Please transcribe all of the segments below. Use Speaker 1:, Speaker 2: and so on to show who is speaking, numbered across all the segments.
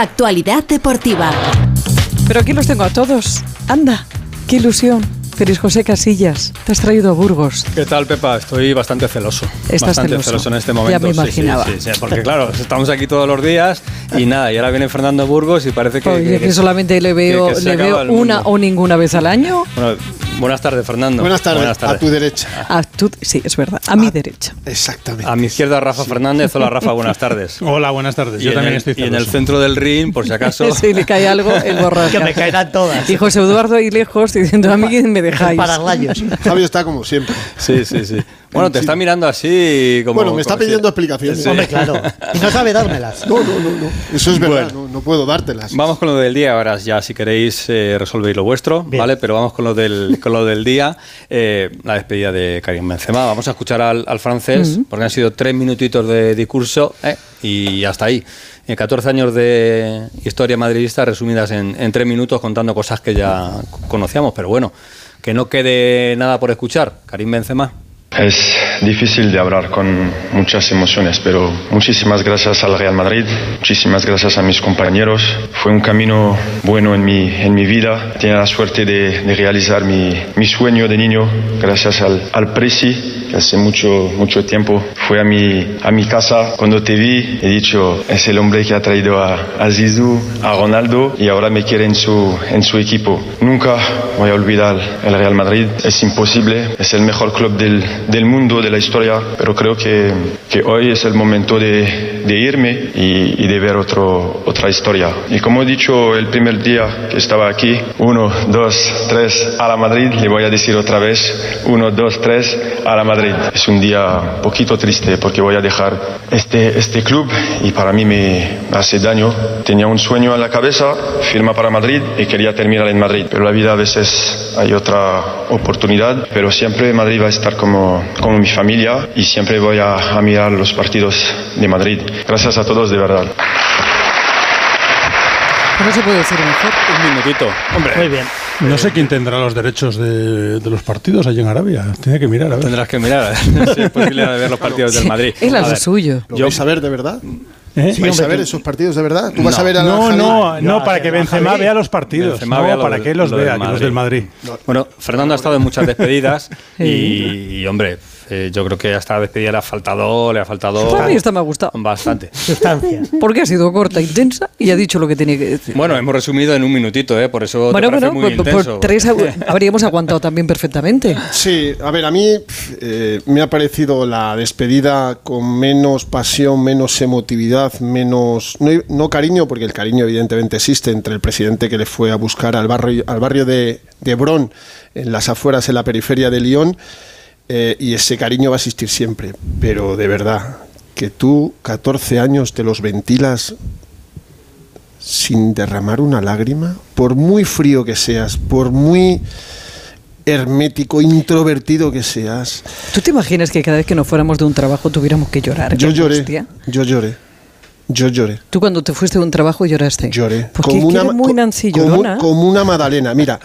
Speaker 1: Actualidad deportiva.
Speaker 2: Pero aquí los tengo a todos. Anda, qué ilusión. Feliz José Casillas, te has traído a Burgos.
Speaker 3: ¿Qué tal, Pepa? Estoy bastante celoso.
Speaker 2: Estás
Speaker 3: bastante
Speaker 2: celoso.
Speaker 3: en este momento.
Speaker 2: Ya me
Speaker 3: Sí, sí,
Speaker 2: imaginaba.
Speaker 3: Sí, sí, porque claro, estamos aquí todos los días y nada, y ahora viene Fernando Burgos y parece que...
Speaker 2: Oye,
Speaker 3: que-
Speaker 2: Pues que, solamente le veo,
Speaker 3: que se
Speaker 2: le
Speaker 3: acaba
Speaker 2: veo
Speaker 3: el
Speaker 2: una
Speaker 3: mundo.
Speaker 2: o ninguna vez al año.
Speaker 3: Bueno, buenas tardes, Fernando.
Speaker 4: Buenas tardes, a tu derecha.
Speaker 3: Ah.
Speaker 2: A tu- sí, es verdad, a mi derecha.
Speaker 4: Exactamente.
Speaker 3: A mi izquierda, Rafa Fernández. Hola, Rafa, buenas tardes.
Speaker 5: Hola, buenas tardes.
Speaker 3: Y
Speaker 5: Yo
Speaker 3: en
Speaker 5: también
Speaker 3: el-
Speaker 5: estoy
Speaker 3: Y en el
Speaker 5: celoso.
Speaker 3: centro del ring, por si acaso...
Speaker 2: Si le cae algo, el borracho.
Speaker 6: Que me caerán todas.
Speaker 2: Y José Eduardo ahí lejos diciendo a mí quién me dejáis.
Speaker 6: Paraglayos.
Speaker 4: Javi está como siempre.
Speaker 3: Sí, sí, sí. Bueno, te está mirando así como...
Speaker 4: Bueno, me está
Speaker 3: como si-
Speaker 4: pidiendo explicaciones.
Speaker 3: Sí.
Speaker 6: Hombre, claro. Y no sabe dármelas.
Speaker 4: No, no, no, no. Eso es verdad,
Speaker 3: Bueno.
Speaker 4: no, no puedo dártelas.
Speaker 3: Vamos con lo del día ahora, ya si queréis eh, resolvéis lo vuestro,
Speaker 6: Bien.
Speaker 3: ¿vale? Pero vamos con lo del, con lo del día, eh, la despedida de Karim Benzema. Vamos a escuchar al, al francés, porque han sido tres minutitos de discurso ¿eh? y hasta ahí. Eh, 14 años de historia madridista resumidas en, en tres minutos contando cosas que ya conocíamos, pero bueno, que no quede nada por escuchar. Karim Benzema.
Speaker 7: Es difícil de hablar con muchas emociones, pero muchísimas gracias al Real Madrid, muchísimas gracias a mis compañeros. Fue un camino bueno en mi, en mi vida. Tenía la suerte de, de realizar mi, mi sueño de niño gracias al, al Presi, que hace mucho, mucho tiempo fue a mi, a mi casa. Cuando te vi, he dicho, es el hombre que ha traído a, a Zizou, a Ronaldo, y ahora me quiere en su, en su equipo. Nunca voy a olvidar el Real Madrid, es imposible, es el mejor club del, del mundo, de la historia, pero creo que, que hoy es el momento de, de irme y, y de ver otro, otra historia. Y como he dicho el primer día que estaba aquí, uno, dos, tres, a la Madrid, le voy a decir otra vez, uno, dos, tres, a la Madrid. Es un día un poquito triste porque voy a dejar este, este club y para mí me hace daño. Tenía un sueño en la cabeza, firma para Madrid y quería terminar en Madrid, pero la vida a veces hay otra oportunidad, pero siempre Madrid va a estar como, como mi familia y siempre voy a, a mirar los partidos de Madrid. Gracias a todos de verdad.
Speaker 2: No se puede decir mejor.
Speaker 3: Un minutito. Hombre,
Speaker 6: Muy bien.
Speaker 5: No sé quién tendrá los derechos de, de los partidos allí en Arabia. Tiene que mirar, a ver.
Speaker 3: tendrás que mirar si es posible de ver los partidos del Madrid.
Speaker 2: Él
Speaker 3: A
Speaker 2: hace
Speaker 3: ver,
Speaker 2: suyo.
Speaker 4: ¿Lo
Speaker 3: yo-
Speaker 4: vais a ver de verdad?
Speaker 5: ¿Eh?
Speaker 4: ¿Vais a ver esos partidos de verdad? ¿Tú vas a ver a la
Speaker 5: No,
Speaker 4: Javi?
Speaker 5: no, no,
Speaker 6: Yo
Speaker 5: para
Speaker 6: a-
Speaker 5: que
Speaker 6: yo a
Speaker 5: Benzema
Speaker 6: Javi.
Speaker 5: vea los partidos.
Speaker 3: Benzema
Speaker 5: no,
Speaker 3: vea lo
Speaker 5: para
Speaker 3: del-
Speaker 5: que los
Speaker 3: lo
Speaker 5: vea,
Speaker 3: del
Speaker 5: que los
Speaker 3: Madrid.
Speaker 5: del Madrid.
Speaker 3: Bueno, Fernando ha estado en muchas despedidas y,
Speaker 2: Sí.
Speaker 3: y, hombre, eh, yo creo que a esta despedida le ha faltado, le ha faltado
Speaker 2: A mí esta me ha gustado.
Speaker 3: bastante.
Speaker 6: Sustancia.
Speaker 2: Porque ha sido corta, intensa y ha dicho lo que tenía que decir.
Speaker 3: Bueno, hemos resumido en un minutito, ¿eh? por eso
Speaker 2: Bueno,
Speaker 3: te parece
Speaker 2: bueno,
Speaker 3: muy
Speaker 2: por, por
Speaker 3: intenso.
Speaker 2: tres au- habríamos aguantado también perfectamente.
Speaker 4: Sí, a ver, a mí pf, eh, me ha parecido la despedida con menos pasión, menos emotividad, menos. No, no cariño, porque el cariño evidentemente existe entre el presidente que le fue a buscar al barrio, al barrio de, de Bron, en las afueras, en la periferia de Lyon, eh, y ese cariño va a existir siempre. Pero de verdad, que tú, 14 años, te los ventilas sin derramar una lágrima, por muy frío que seas, por muy hermético, introvertido que seas.
Speaker 2: ¿Tú te imaginas que cada vez que nos fuéramos de un trabajo tuviéramos que llorar?
Speaker 4: Yo
Speaker 2: Qué
Speaker 4: lloré,
Speaker 2: angustia.
Speaker 4: yo lloré, yo lloré,
Speaker 2: Tú cuando te fuiste de un trabajo lloraste.
Speaker 4: lloré.
Speaker 2: Porque es que eres
Speaker 4: ma-
Speaker 2: muy
Speaker 4: co-
Speaker 2: Nancy
Speaker 4: como-
Speaker 2: llorona.
Speaker 4: como una Madalena. Mira,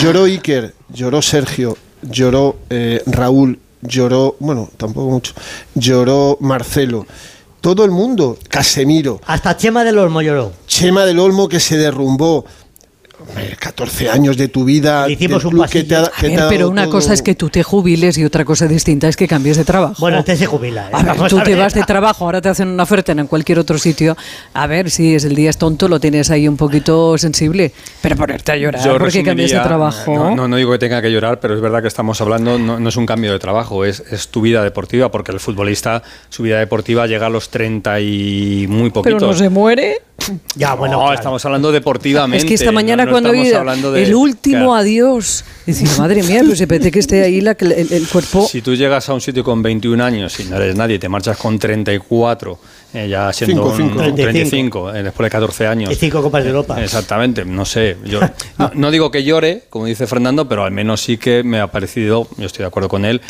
Speaker 4: lloró Iker, lloró Sergio, lloró eh, Raúl, lloró, bueno, tampoco mucho, lloró Marcelo. Todo el mundo, Casemiro,
Speaker 6: Hasta Chema del Olmo lloró.
Speaker 4: Chema del Olmo que se derrumbó. Hombre, 14 años de tu vida.
Speaker 6: Le hicimos
Speaker 4: del
Speaker 6: un
Speaker 4: club que te ha-
Speaker 6: pasillo.
Speaker 2: A
Speaker 4: que te
Speaker 2: ver,
Speaker 4: ha
Speaker 2: pero
Speaker 4: dado
Speaker 2: una
Speaker 4: todo.
Speaker 2: cosa es que tú te jubiles y otra cosa distinta es que cambies de trabajo.
Speaker 6: Bueno, este se jubila. ¿eh?
Speaker 2: A ver,
Speaker 6: Vamos
Speaker 2: tú
Speaker 6: a
Speaker 2: te
Speaker 6: ver.
Speaker 2: vas de trabajo, ahora te hacen una oferta en cualquier otro sitio. A ver, si es el día es tonto, lo tienes ahí un poquito sensible. Pero ponerte a llorar
Speaker 3: Yo
Speaker 2: porque cambias de
Speaker 3: resumiría-
Speaker 2: trabajo.
Speaker 3: No, no, no digo que tenga que llorar, pero es verdad que estamos hablando, no, no es un cambio de trabajo, es, es tu vida deportiva, porque el futbolista, su vida deportiva llega a los 30 y muy
Speaker 2: pero
Speaker 3: poquitos.
Speaker 2: no se muere.
Speaker 6: Ya, bueno.
Speaker 3: No,
Speaker 6: claro.
Speaker 3: estamos hablando deportivamente.
Speaker 2: Es que esta mañana
Speaker 3: no- no
Speaker 2: cuando he
Speaker 3: estamos
Speaker 2: ido,
Speaker 3: hablando de-
Speaker 2: el último
Speaker 3: Claro.
Speaker 2: adiós, decir, madre mía, pues se parece que esté ahí la- el, el cuerpo.
Speaker 3: Si tú llegas a un sitio con 21 años y no eres nadie, te marchas con 34, eh, ya siendo
Speaker 4: Cinco,
Speaker 3: un-
Speaker 4: cinco.
Speaker 3: un
Speaker 6: 35,
Speaker 3: 35, eh, después de 14 años.
Speaker 6: Y cinco Copas de Europa.
Speaker 3: Exactamente, no sé. Yo,
Speaker 4: Ah.
Speaker 3: no, no digo que llore, como dice Fernando, pero al menos sí que me ha parecido, yo estoy de acuerdo con él,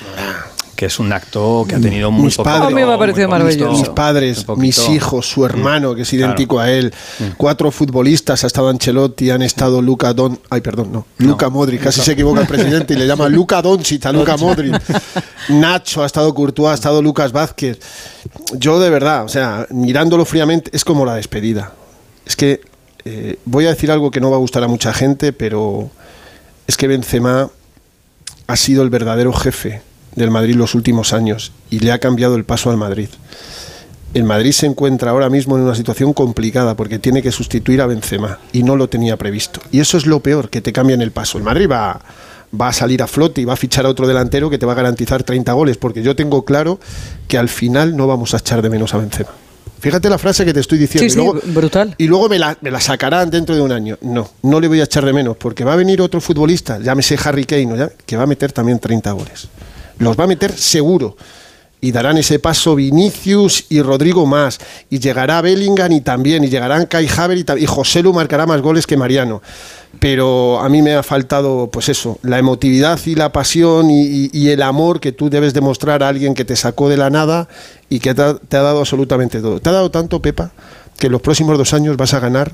Speaker 3: que es un acto que ha tenido muy
Speaker 4: Mis
Speaker 3: poco.
Speaker 4: padres. A mí me ha
Speaker 3: muy
Speaker 2: parecido
Speaker 3: poquito,
Speaker 2: maravilloso.
Speaker 4: mis
Speaker 3: muy
Speaker 4: padres,
Speaker 3: poquito.
Speaker 4: mis hijos, su hermano, que es idéntico a él, cuatro futbolistas, ha estado Ancelotti, han estado Luca Don, ay perdón, no, Luca Modric, casi se equivoca el presidente y le llama Luca Doncic a Luca Modric. Nacho ha estado Courtois, ha estado Lucas Vázquez. Yo de verdad, o sea, mirándolo fríamente es como la despedida. es que eh, voy a decir algo que no va a gustar a mucha gente, pero es que Benzema ha sido el verdadero jefe del Madrid los últimos años y le ha cambiado el paso al Madrid. El Madrid se encuentra ahora mismo en una situación complicada porque tiene que sustituir a Benzema y no lo tenía previsto. Y eso es lo peor, que te cambian el paso. El Madrid va, va a salir a flote y va a fichar a otro delantero que te va a garantizar 30 goles porque yo tengo claro que al final no vamos a echar de menos a Benzema. Fíjate la frase que te estoy diciendo.
Speaker 2: Sí,
Speaker 4: y luego-
Speaker 2: sí, brutal.
Speaker 4: y luego me la, me la sacarán dentro de un año. No, no le voy a echar de menos, porque va a venir otro futbolista, llámese Harry Kane, o ya- que va a meter también 30 goles. Los va a meter seguro. Y darán ese paso Vinicius y Rodrigo más. Y llegará Bellingham y también. Y llegarán Kai Havertz y, ta- y José Lu marcará más goles que Mariano. Pero a mí me ha faltado, pues eso, la emotividad y la pasión y, y- y el amor que tú debes demostrar a alguien que te sacó de la nada y que te ha- te ha dado absolutamente todo. Te ha dado tanto, Pepa, que en los próximos dos años vas a ganar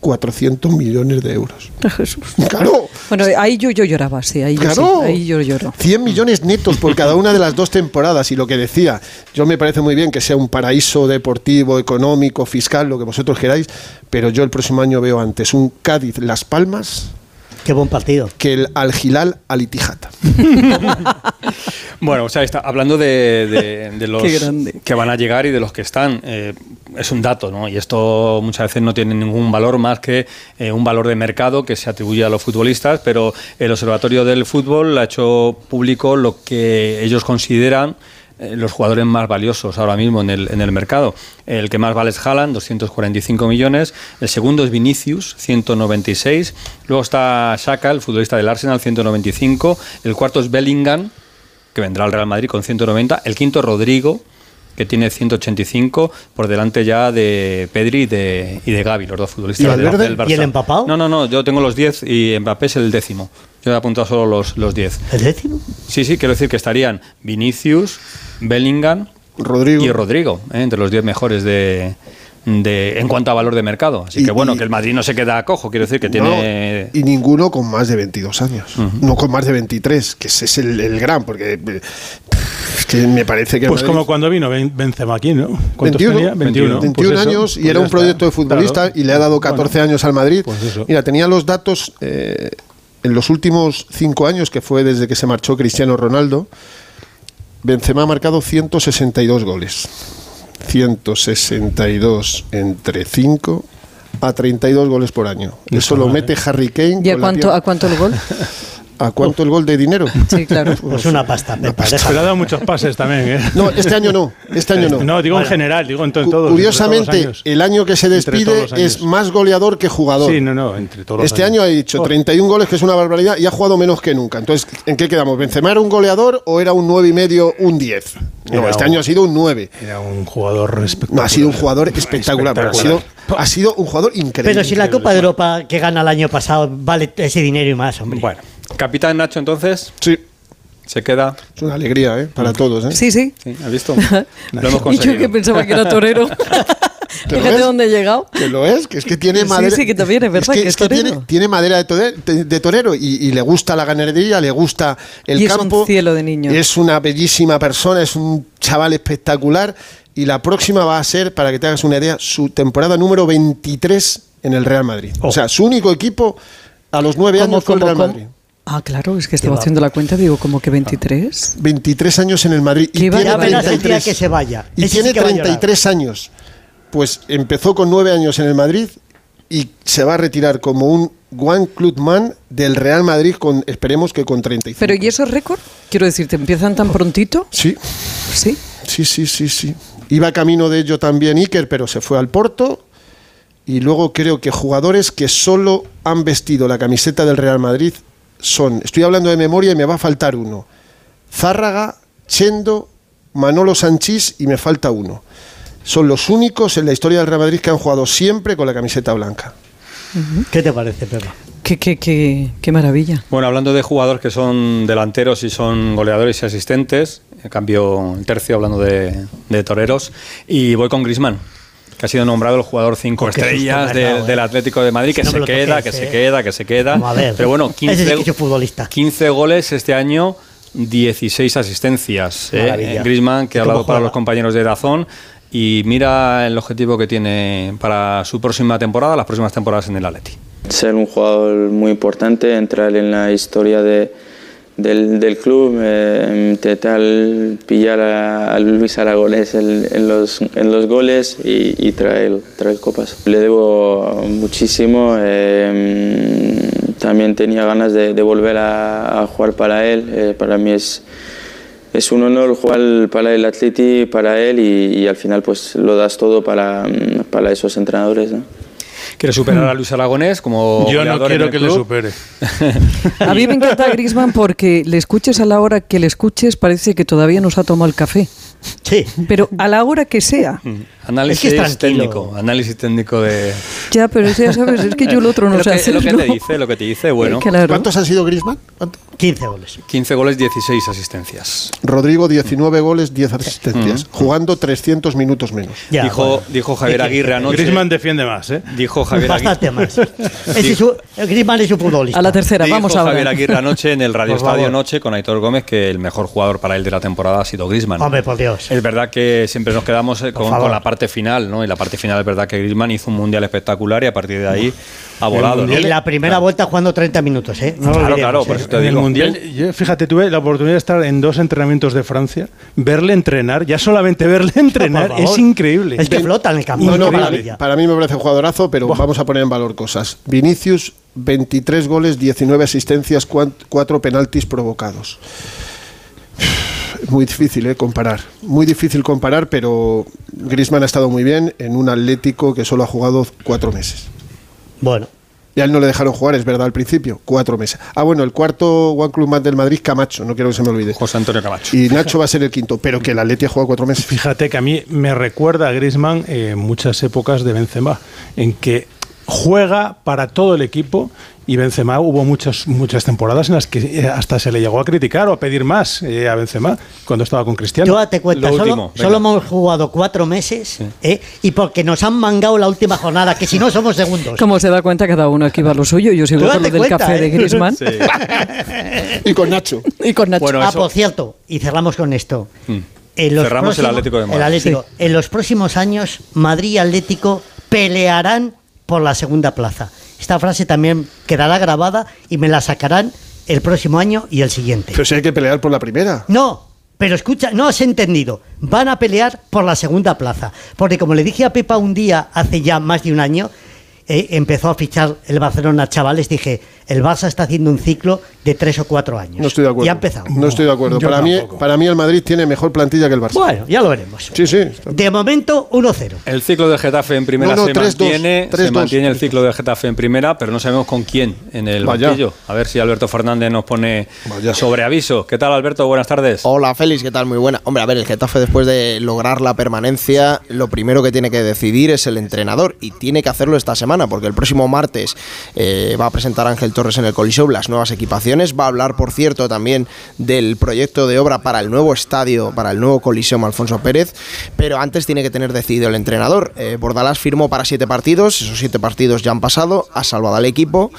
Speaker 4: 400 millones de euros.
Speaker 2: Jesús.
Speaker 4: ¡Claro!
Speaker 2: Bueno, ahí yo, yo lloraba, sí, ahí yo, sí,
Speaker 4: ¡Claro!
Speaker 2: ahí yo lloro.
Speaker 4: 100 millones netos por cada una de las dos temporadas. Y lo que decía, yo me parece muy bien que sea un paraíso deportivo, económico, fiscal, lo que vosotros queráis, pero yo el próximo año veo antes un Cádiz Las Palmas
Speaker 6: Qué buen partido.
Speaker 4: que el Al Hilal Al Ittihad.
Speaker 3: Bueno, o sea, está, hablando de, de- de los
Speaker 2: Qué grande.
Speaker 3: que van a llegar y de los que están, eh, es un dato, ¿no? Y esto muchas veces no tiene ningún valor más que eh, un valor de mercado que se atribuye a los futbolistas, pero el Observatorio del Fútbol ha hecho público lo que ellos consideran eh, los jugadores más valiosos ahora mismo en el, en el mercado. El que más vale es Haaland, 245 millones. El segundo es Vinicius, 196. Luego está Shaka, el futbolista del Arsenal, 195. El cuarto es Bellingham, que vendrá al Real Madrid con 190. El quinto, Rodrigo, que tiene 185, por delante ya de Pedri y de, y de Gaby, los dos futbolistas
Speaker 4: ¿Y Valverde?
Speaker 3: del Barça.
Speaker 6: ¿Y el empapado?
Speaker 3: No, no, no, yo tengo los 10 y Mbappé es el décimo. Yo he apuntado solo los, los 10.
Speaker 6: ¿El décimo?
Speaker 3: Sí, sí, quiero decir que estarían Vinicius, Bellingham
Speaker 4: Rodrigo.
Speaker 3: y Rodrigo, ¿eh? entre los 10 mejores de, de- en cuanto a valor de mercado. Así
Speaker 4: Y-
Speaker 3: que bueno,
Speaker 4: y-
Speaker 3: que el Madrid no se queda a cojo, quiero decir que tiene...
Speaker 4: No, y ninguno con más de 22 años. No con más de 23, que ese es el, el gran, porque eh, es que me parece que. el
Speaker 5: Pues
Speaker 4: Madrid-
Speaker 5: como cuando vino Ben- Benzema aquí, ¿no? ¿Cuántos
Speaker 4: 21,
Speaker 5: tenía? 21.
Speaker 4: 21
Speaker 5: Pues eso,
Speaker 4: años y
Speaker 5: pues
Speaker 4: era
Speaker 5: ya
Speaker 4: un proyecto
Speaker 5: está.
Speaker 4: de futbolista
Speaker 5: Claro.
Speaker 4: y le ha dado 14
Speaker 5: Bueno,
Speaker 4: años al Madrid.
Speaker 5: Pues eso.
Speaker 4: Mira, tenía los datos eh, en los últimos 5 años, que fue desde que se marchó Cristiano Ronaldo. Benzema ha marcado 162 goles. 162 entre 5 a 32 goles por año. Eso lo mete
Speaker 5: ¿eh?
Speaker 4: Harry Kane.
Speaker 2: ¿Y a
Speaker 4: con la
Speaker 2: cuánto,
Speaker 4: pierna-
Speaker 2: a cuánto el gol?
Speaker 4: ¿A cuánto el gol de dinero?
Speaker 2: Sí, claro.
Speaker 6: Pues una pasta, Pepa.
Speaker 5: Pero le ha
Speaker 6: déjalo.
Speaker 5: dado muchos pases también, ¿eh?
Speaker 4: No, este año no. Este año no.
Speaker 5: digo en general, digo en to- en
Speaker 4: Cu-
Speaker 5: todos. entre
Speaker 4: Curiosamente,
Speaker 5: todos los años.
Speaker 4: el año que se
Speaker 5: Entre todos
Speaker 4: despide
Speaker 5: los años.
Speaker 4: es más goleador que jugador.
Speaker 5: Sí, no, no, entre todos. los
Speaker 4: Este
Speaker 5: años. Oh.
Speaker 4: año ha dicho 31 goles, que es una barbaridad, y ha jugado menos que nunca. Entonces, ¿en qué quedamos? ¿Benzema era un goleador o era un 9 y medio, un 10? No,
Speaker 5: Era
Speaker 4: este
Speaker 5: un-
Speaker 4: año ha sido un 9.
Speaker 5: Era un jugador
Speaker 4: No,
Speaker 5: espectacular.
Speaker 4: ha sido un jugador espectacular, pero ha sido, ha sido un jugador increíble.
Speaker 6: Pero si la Copa de Europa que gana el año pasado vale ese dinero y más, hombre.
Speaker 3: Bueno, capitán Nacho entonces
Speaker 4: Sí,
Speaker 3: se queda...
Speaker 4: es una alegría, ¿eh?
Speaker 5: Mm.
Speaker 4: Para todos, ¿eh?
Speaker 2: Sí, sí.
Speaker 3: Sí, ¿Has visto? Lo
Speaker 2: Y
Speaker 3: hemos
Speaker 2: yo
Speaker 3: conseguido.
Speaker 2: que pensaba que era torero. Fíjate
Speaker 4: ves?
Speaker 2: dónde he llegado.
Speaker 4: Que lo es, que es que tiene
Speaker 2: Sí,
Speaker 4: madera.
Speaker 2: sí, que también es verdad que es torero.
Speaker 4: tiene, tiene madera de tode- de- de torero, y, y le gusta la ganadería, le gusta el
Speaker 2: Y es un
Speaker 4: campo.
Speaker 2: cielo de niño.
Speaker 4: Es una bellísima persona, es un chaval espectacular. Y la próxima va a ser, para que te hagas una idea, su temporada número 23 en el Real Madrid. O sea, su único equipo a los nueve
Speaker 2: ¿Cómo,
Speaker 4: años fue el
Speaker 2: cómo,
Speaker 4: Real
Speaker 2: cómo?
Speaker 4: Madrid.
Speaker 2: Ah, claro, es que estaba haciendo la cuenta, digo, como que 23.
Speaker 3: Ah.
Speaker 4: 23 años en el Madrid y
Speaker 2: Que iba-
Speaker 4: tiene
Speaker 2: Ya verás el
Speaker 4: 33.
Speaker 6: día que se vaya.
Speaker 4: Y
Speaker 6: Ese sí
Speaker 4: tiene
Speaker 6: que va a llorar.
Speaker 4: 33 años. Pues empezó con 9 años en el Madrid y se va a retirar como un one club man del Real Madrid con esperemos que con 35.
Speaker 2: Pero ¿y esos récords? Quiero decirte, ¿empiezan tan prontito?
Speaker 4: Sí,
Speaker 2: Sí.
Speaker 4: sí, sí, sí, sí. Iba camino de ello también Iker, pero se fue al Porto y luego creo que jugadores que solo han vestido la camiseta del Real Madrid son, estoy hablando de memoria y me va a faltar uno. Zárraga, Chendo, Manolo Sanchís y me falta uno. Son los únicos en la historia del Real Madrid que han jugado siempre con la camiseta blanca.
Speaker 6: ¿Qué te parece, Pepa?
Speaker 2: Qué, qué, qué, qué maravilla.
Speaker 3: Bueno, hablando de jugadores que son delanteros y son goleadores y asistentes, eh, cambio el tercio hablando de, de toreros y voy con Grisman, que ha sido nombrado el jugador cinco
Speaker 6: Oh, qué susto
Speaker 3: estrellas
Speaker 6: me has
Speaker 3: de-
Speaker 6: dado, eh.
Speaker 3: del Atlético de Madrid,
Speaker 6: Si
Speaker 3: que
Speaker 6: no me
Speaker 3: se
Speaker 6: lo
Speaker 3: queda,
Speaker 6: toques,
Speaker 3: que se
Speaker 6: eh.
Speaker 3: queda, que se queda.
Speaker 6: Vamos a ver.
Speaker 3: Pero bueno,
Speaker 6: Ese sí que
Speaker 3: 15,
Speaker 6: es futbolista.
Speaker 3: 15 goles este año. 16 asistencias.
Speaker 6: Maravilla.
Speaker 3: Grisman, que ha
Speaker 6: ¿Y cómo Este
Speaker 3: hablado para
Speaker 6: juega?
Speaker 3: los compañeros de Dazón, y mira el objetivo que tiene para su próxima temporada, las próximas temporadas en el Atleti.
Speaker 8: Ser un jugador muy importante, entrar en la historia de, del, del club, eh, intentar pillar a, a Luis Aragonés en, en los, en los goles y, y traer, traer copas. Le debo muchísimo. eh, también tenía ganas de, de volver a, a jugar para él. eh, para mí es, es un honor jugar para el Atleti, para él y, y al final pues lo das todo para, mm, para esos entrenadores. ¿no?
Speaker 3: Quiere
Speaker 6: Hmm.
Speaker 3: superar a Luis Aragonés como
Speaker 5: Yo no
Speaker 3: goleador en
Speaker 5: quiero
Speaker 3: el
Speaker 5: que le
Speaker 3: club.
Speaker 5: supere.
Speaker 2: A mí me encanta Grisman porque le escuches a la hora que le escuches, parece que todavía nos ha tomado el café.
Speaker 6: Sí.
Speaker 2: Pero a la hora que sea.
Speaker 3: Mm. Análisis
Speaker 6: Es que es tranquilo.
Speaker 3: técnico, análisis técnico de
Speaker 2: Ya, pero ya sabes, es que yo el otro no
Speaker 3: lo,
Speaker 2: sé
Speaker 3: que, lo que
Speaker 2: hacerlo.
Speaker 3: te dice, lo que te dice, bueno,
Speaker 2: Claro.
Speaker 4: ¿Cuántos han sido Grisman?
Speaker 6: 15 goles.
Speaker 3: 15 goles, 16 asistencias.
Speaker 4: Rodrigo, 19 goles, 10 asistencias, jugando 300 minutos menos.
Speaker 6: Ya,
Speaker 3: dijo,
Speaker 6: bueno.
Speaker 3: dijo Javier Aguirre anoche.
Speaker 5: Griezmann defiende más, ¿eh?
Speaker 3: dijo Javier Aguirre.
Speaker 6: Bastante más. Ese es su- Griezmann es un futbolista.
Speaker 2: A la tercera,
Speaker 3: Dijo
Speaker 2: vamos ahora.
Speaker 3: Javier Aguirre anoche en el Radio
Speaker 6: Por
Speaker 3: Estadio
Speaker 6: favor.
Speaker 3: Noche con Aitor Gómez que el mejor jugador para él de la temporada ha sido Griezmann.
Speaker 6: Hombre, por Dios.
Speaker 3: Es verdad que siempre nos quedamos eh, con,
Speaker 6: favor.
Speaker 3: con la parte final, ¿no? Y la parte final es verdad que Griezmann hizo un mundial espectacular y a partir de ahí ha volado, ¿no?
Speaker 6: Y la primera vuelta jugando 30 minutos, ¿eh? No lo
Speaker 3: Claro,
Speaker 6: olvidemos,
Speaker 3: claro,
Speaker 6: ¿eh?
Speaker 3: por eso te
Speaker 5: En el
Speaker 3: digo.
Speaker 5: Mundial, yo, fíjate, tuve la oportunidad de estar en dos entrenamientos de Francia, verle entrenar, ya solamente verle entrenar,
Speaker 6: favor.
Speaker 5: es increíble.
Speaker 6: Es que flota en el campo.
Speaker 4: No, no, para, mí,
Speaker 6: maravilla.
Speaker 4: para mí me parece un jugadorazo, pero vamos a poner en valor cosas. Vinicius, 23 goles, 19 asistencias, 4 penaltis provocados. Muy difícil, ¿eh? Comparar. Muy difícil comparar, pero Griezmann ha estado muy bien en un Atlético que solo ha jugado 4 meses.
Speaker 6: Bueno,
Speaker 4: Y a él no le dejaron jugar, es verdad, al principio. Cuatro meses. Ah, bueno, el cuarto One Club más del Madrid, Camacho. No quiero que se me olvide.
Speaker 3: José Antonio Camacho.
Speaker 4: Y Nacho va a ser el quinto, pero que el Atleti ha jugado cuatro meses.
Speaker 5: Fíjate que a mí me recuerda a Griezmann eh, muchas épocas de Benzema, en que juega para todo el equipo y Benzema hubo muchas muchas temporadas en las que eh, hasta se le llegó a criticar o a pedir más eh, a Benzema cuando estaba con Cristiano.
Speaker 6: yo date cuenta,
Speaker 3: Lo
Speaker 6: solo,
Speaker 3: último, venga.
Speaker 6: solo hemos jugado cuatro meses ¿eh? y porque nos han mangado la última jornada, que si no somos segundos.
Speaker 2: Como se da cuenta, cada uno aquí va a lo suyo. Yo sigo
Speaker 6: Tú
Speaker 2: con lo
Speaker 6: date
Speaker 2: del
Speaker 6: cuenta,
Speaker 2: café de
Speaker 6: ¿eh?
Speaker 2: Griezmann
Speaker 4: Y con Nacho.
Speaker 2: y con Nacho.
Speaker 3: Bueno,
Speaker 6: ah,
Speaker 3: eso-
Speaker 6: por cierto, y cerramos con esto.
Speaker 3: Mm.
Speaker 6: En los
Speaker 3: Cerramos el Atlético de Madrid.
Speaker 6: el Atlético. En los próximos años, Madrid y Atlético pelearán por la segunda plaza. Esta frase también quedará grabada y me la sacarán el próximo año y el siguiente.
Speaker 4: Pero si hay que pelear por la primera.
Speaker 6: No, pero escucha, no has entendido. Van a pelear por la segunda plaza. Porque como le dije a Pepa un día, hace ya más de un año, eh, empezó a fichar el Barcelona chavales, dije, el Barça está haciendo un ciclo de tres o cuatro años.
Speaker 4: No estoy de acuerdo.
Speaker 6: Y ha empezado.
Speaker 4: No estoy de acuerdo.
Speaker 5: Yo
Speaker 4: Para mí,
Speaker 5: tampoco.
Speaker 4: para mí el Madrid tiene mejor plantilla que el Barça.
Speaker 6: Bueno, ya lo veremos.
Speaker 4: Sí, sí. está-
Speaker 6: De momento, 1-0.
Speaker 3: El ciclo del Getafe en primera
Speaker 4: No, no,
Speaker 3: se,
Speaker 4: 3-2,
Speaker 3: mantiene, se
Speaker 4: 3-2.
Speaker 3: mantiene el ciclo del Getafe en primera, pero no sabemos con quién en el
Speaker 4: Vaya.
Speaker 3: banquillo. A ver si Alberto Fernández nos pone
Speaker 4: Vaya. Oh.
Speaker 3: sobre aviso. ¿Qué tal, Alberto? Buenas tardes.
Speaker 9: Hola Félix, ¿qué tal? Muy buena. Hombre, a ver, el Getafe después de lograr la permanencia, lo primero que tiene que decidir es el entrenador y tiene que hacerlo esta semana porque el próximo martes eh, va a presentar Ángel Torres en el Coliseo las nuevas equipaciones, va a hablar, por cierto, también del proyecto de obra para el nuevo estadio, para el nuevo Coliseo Alfonso Pérez, pero antes tiene que tener decidido el entrenador. Eh, Bordalás firmó para siete partidos, esos siete partidos ya han pasado, ha salvado al equipo.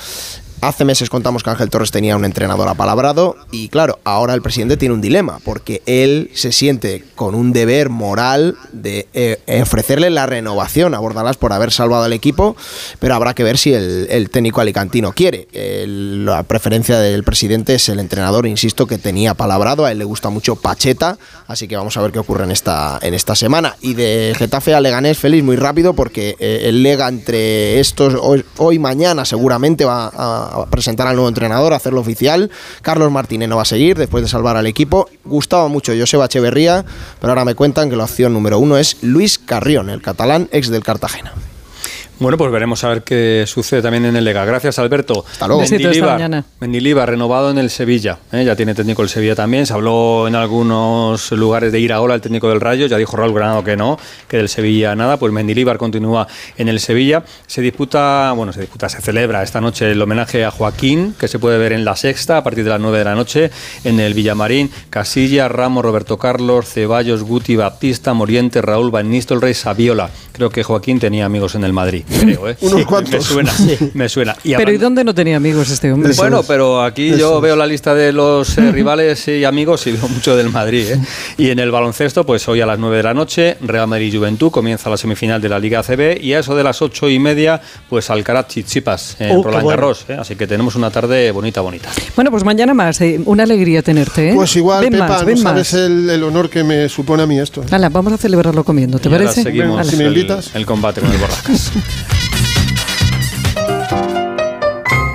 Speaker 9: Hace meses contamos que Ángel Torres tenía un entrenador apalabrado y claro, ahora el presidente tiene un dilema porque él se siente con un deber moral de eh, ofrecerle la renovación a Bordalás por haber salvado al equipo, pero habrá que ver si el, el técnico alicantino quiere. El- la preferencia del presidente es el entrenador, insisto, que tenía apalabrado, a él le gusta mucho Pacheta, así que vamos a ver qué ocurre en esta, en esta semana. Y de Getafe a Leganés, Félix, muy rápido porque eh, el Lega entre estos, hoy, hoy, mañana seguramente va a, a presentar al nuevo entrenador, a hacerlo oficial. Carlos Martínez no va a seguir después de salvar al equipo. Gustaba mucho Joseba Echeverría, pero ahora me cuentan que la opción número uno es Luis Carrión, el catalán ex del Cartagena.
Speaker 3: Bueno, pues veremos a ver qué sucede también en el Lega. Gracias, Alberto.
Speaker 9: Hasta luego.
Speaker 2: Besito, hasta
Speaker 3: Mendilibar,
Speaker 2: mañana.
Speaker 3: Mendilibar, renovado en el Sevilla. ¿eh? Ya tiene técnico el Sevilla también. Se habló en algunos lugares de Iraola, el técnico del Rayo. Ya dijo Raúl Granado que no, que del Sevilla nada. Pues Mendilibar continúa en el Sevilla. Se disputa, bueno, se disputa, se celebra esta noche el homenaje a Joaquín, que se puede ver en la sexta a partir de las 9 de la noche en el Villamarín. Casilla, Ramos, Roberto Carlos, Ceballos, Guti, Baptista, Moriente, Raúl, Van Nistelrooy, Saviola. Creo que Joaquín tenía amigos en el Madrid. creo, ¿eh?
Speaker 4: Unos cuantos.
Speaker 3: Me suena, me suena. Y
Speaker 2: Pero ¿y
Speaker 3: hablando-
Speaker 2: dónde no tenía amigos este hombre?
Speaker 3: Bueno, pero aquí
Speaker 4: Eso
Speaker 3: yo
Speaker 4: es.
Speaker 3: veo la lista de los eh, rivales y amigos y veo mucho del Madrid. ¿eh? Y en el baloncesto, pues hoy a las 9 de la noche, Real Madrid Juventud comienza la semifinal de la Liga ACB y a eso de las ocho y media, pues Alcaraz Chichipas en
Speaker 6: Oh, qué
Speaker 3: Roland
Speaker 6: bueno.
Speaker 3: Garros. ¿eh? Así que tenemos una tarde bonita, bonita.
Speaker 2: Bueno, pues mañana más. eh, Una alegría tenerte, ¿eh?
Speaker 4: Pues igual,
Speaker 2: Ven
Speaker 4: Pepa,
Speaker 2: más,
Speaker 4: no
Speaker 2: ven
Speaker 4: sabes
Speaker 2: más.
Speaker 4: el, el honor que me supone a mí esto. ¿eh?
Speaker 2: Hala, vamos a celebrarlo comiendo, ¿te
Speaker 3: Y ahora
Speaker 2: parece?
Speaker 3: seguimos
Speaker 2: Hala.
Speaker 4: si me
Speaker 3: el-
Speaker 4: invitas.
Speaker 3: el combate con el Borrascas.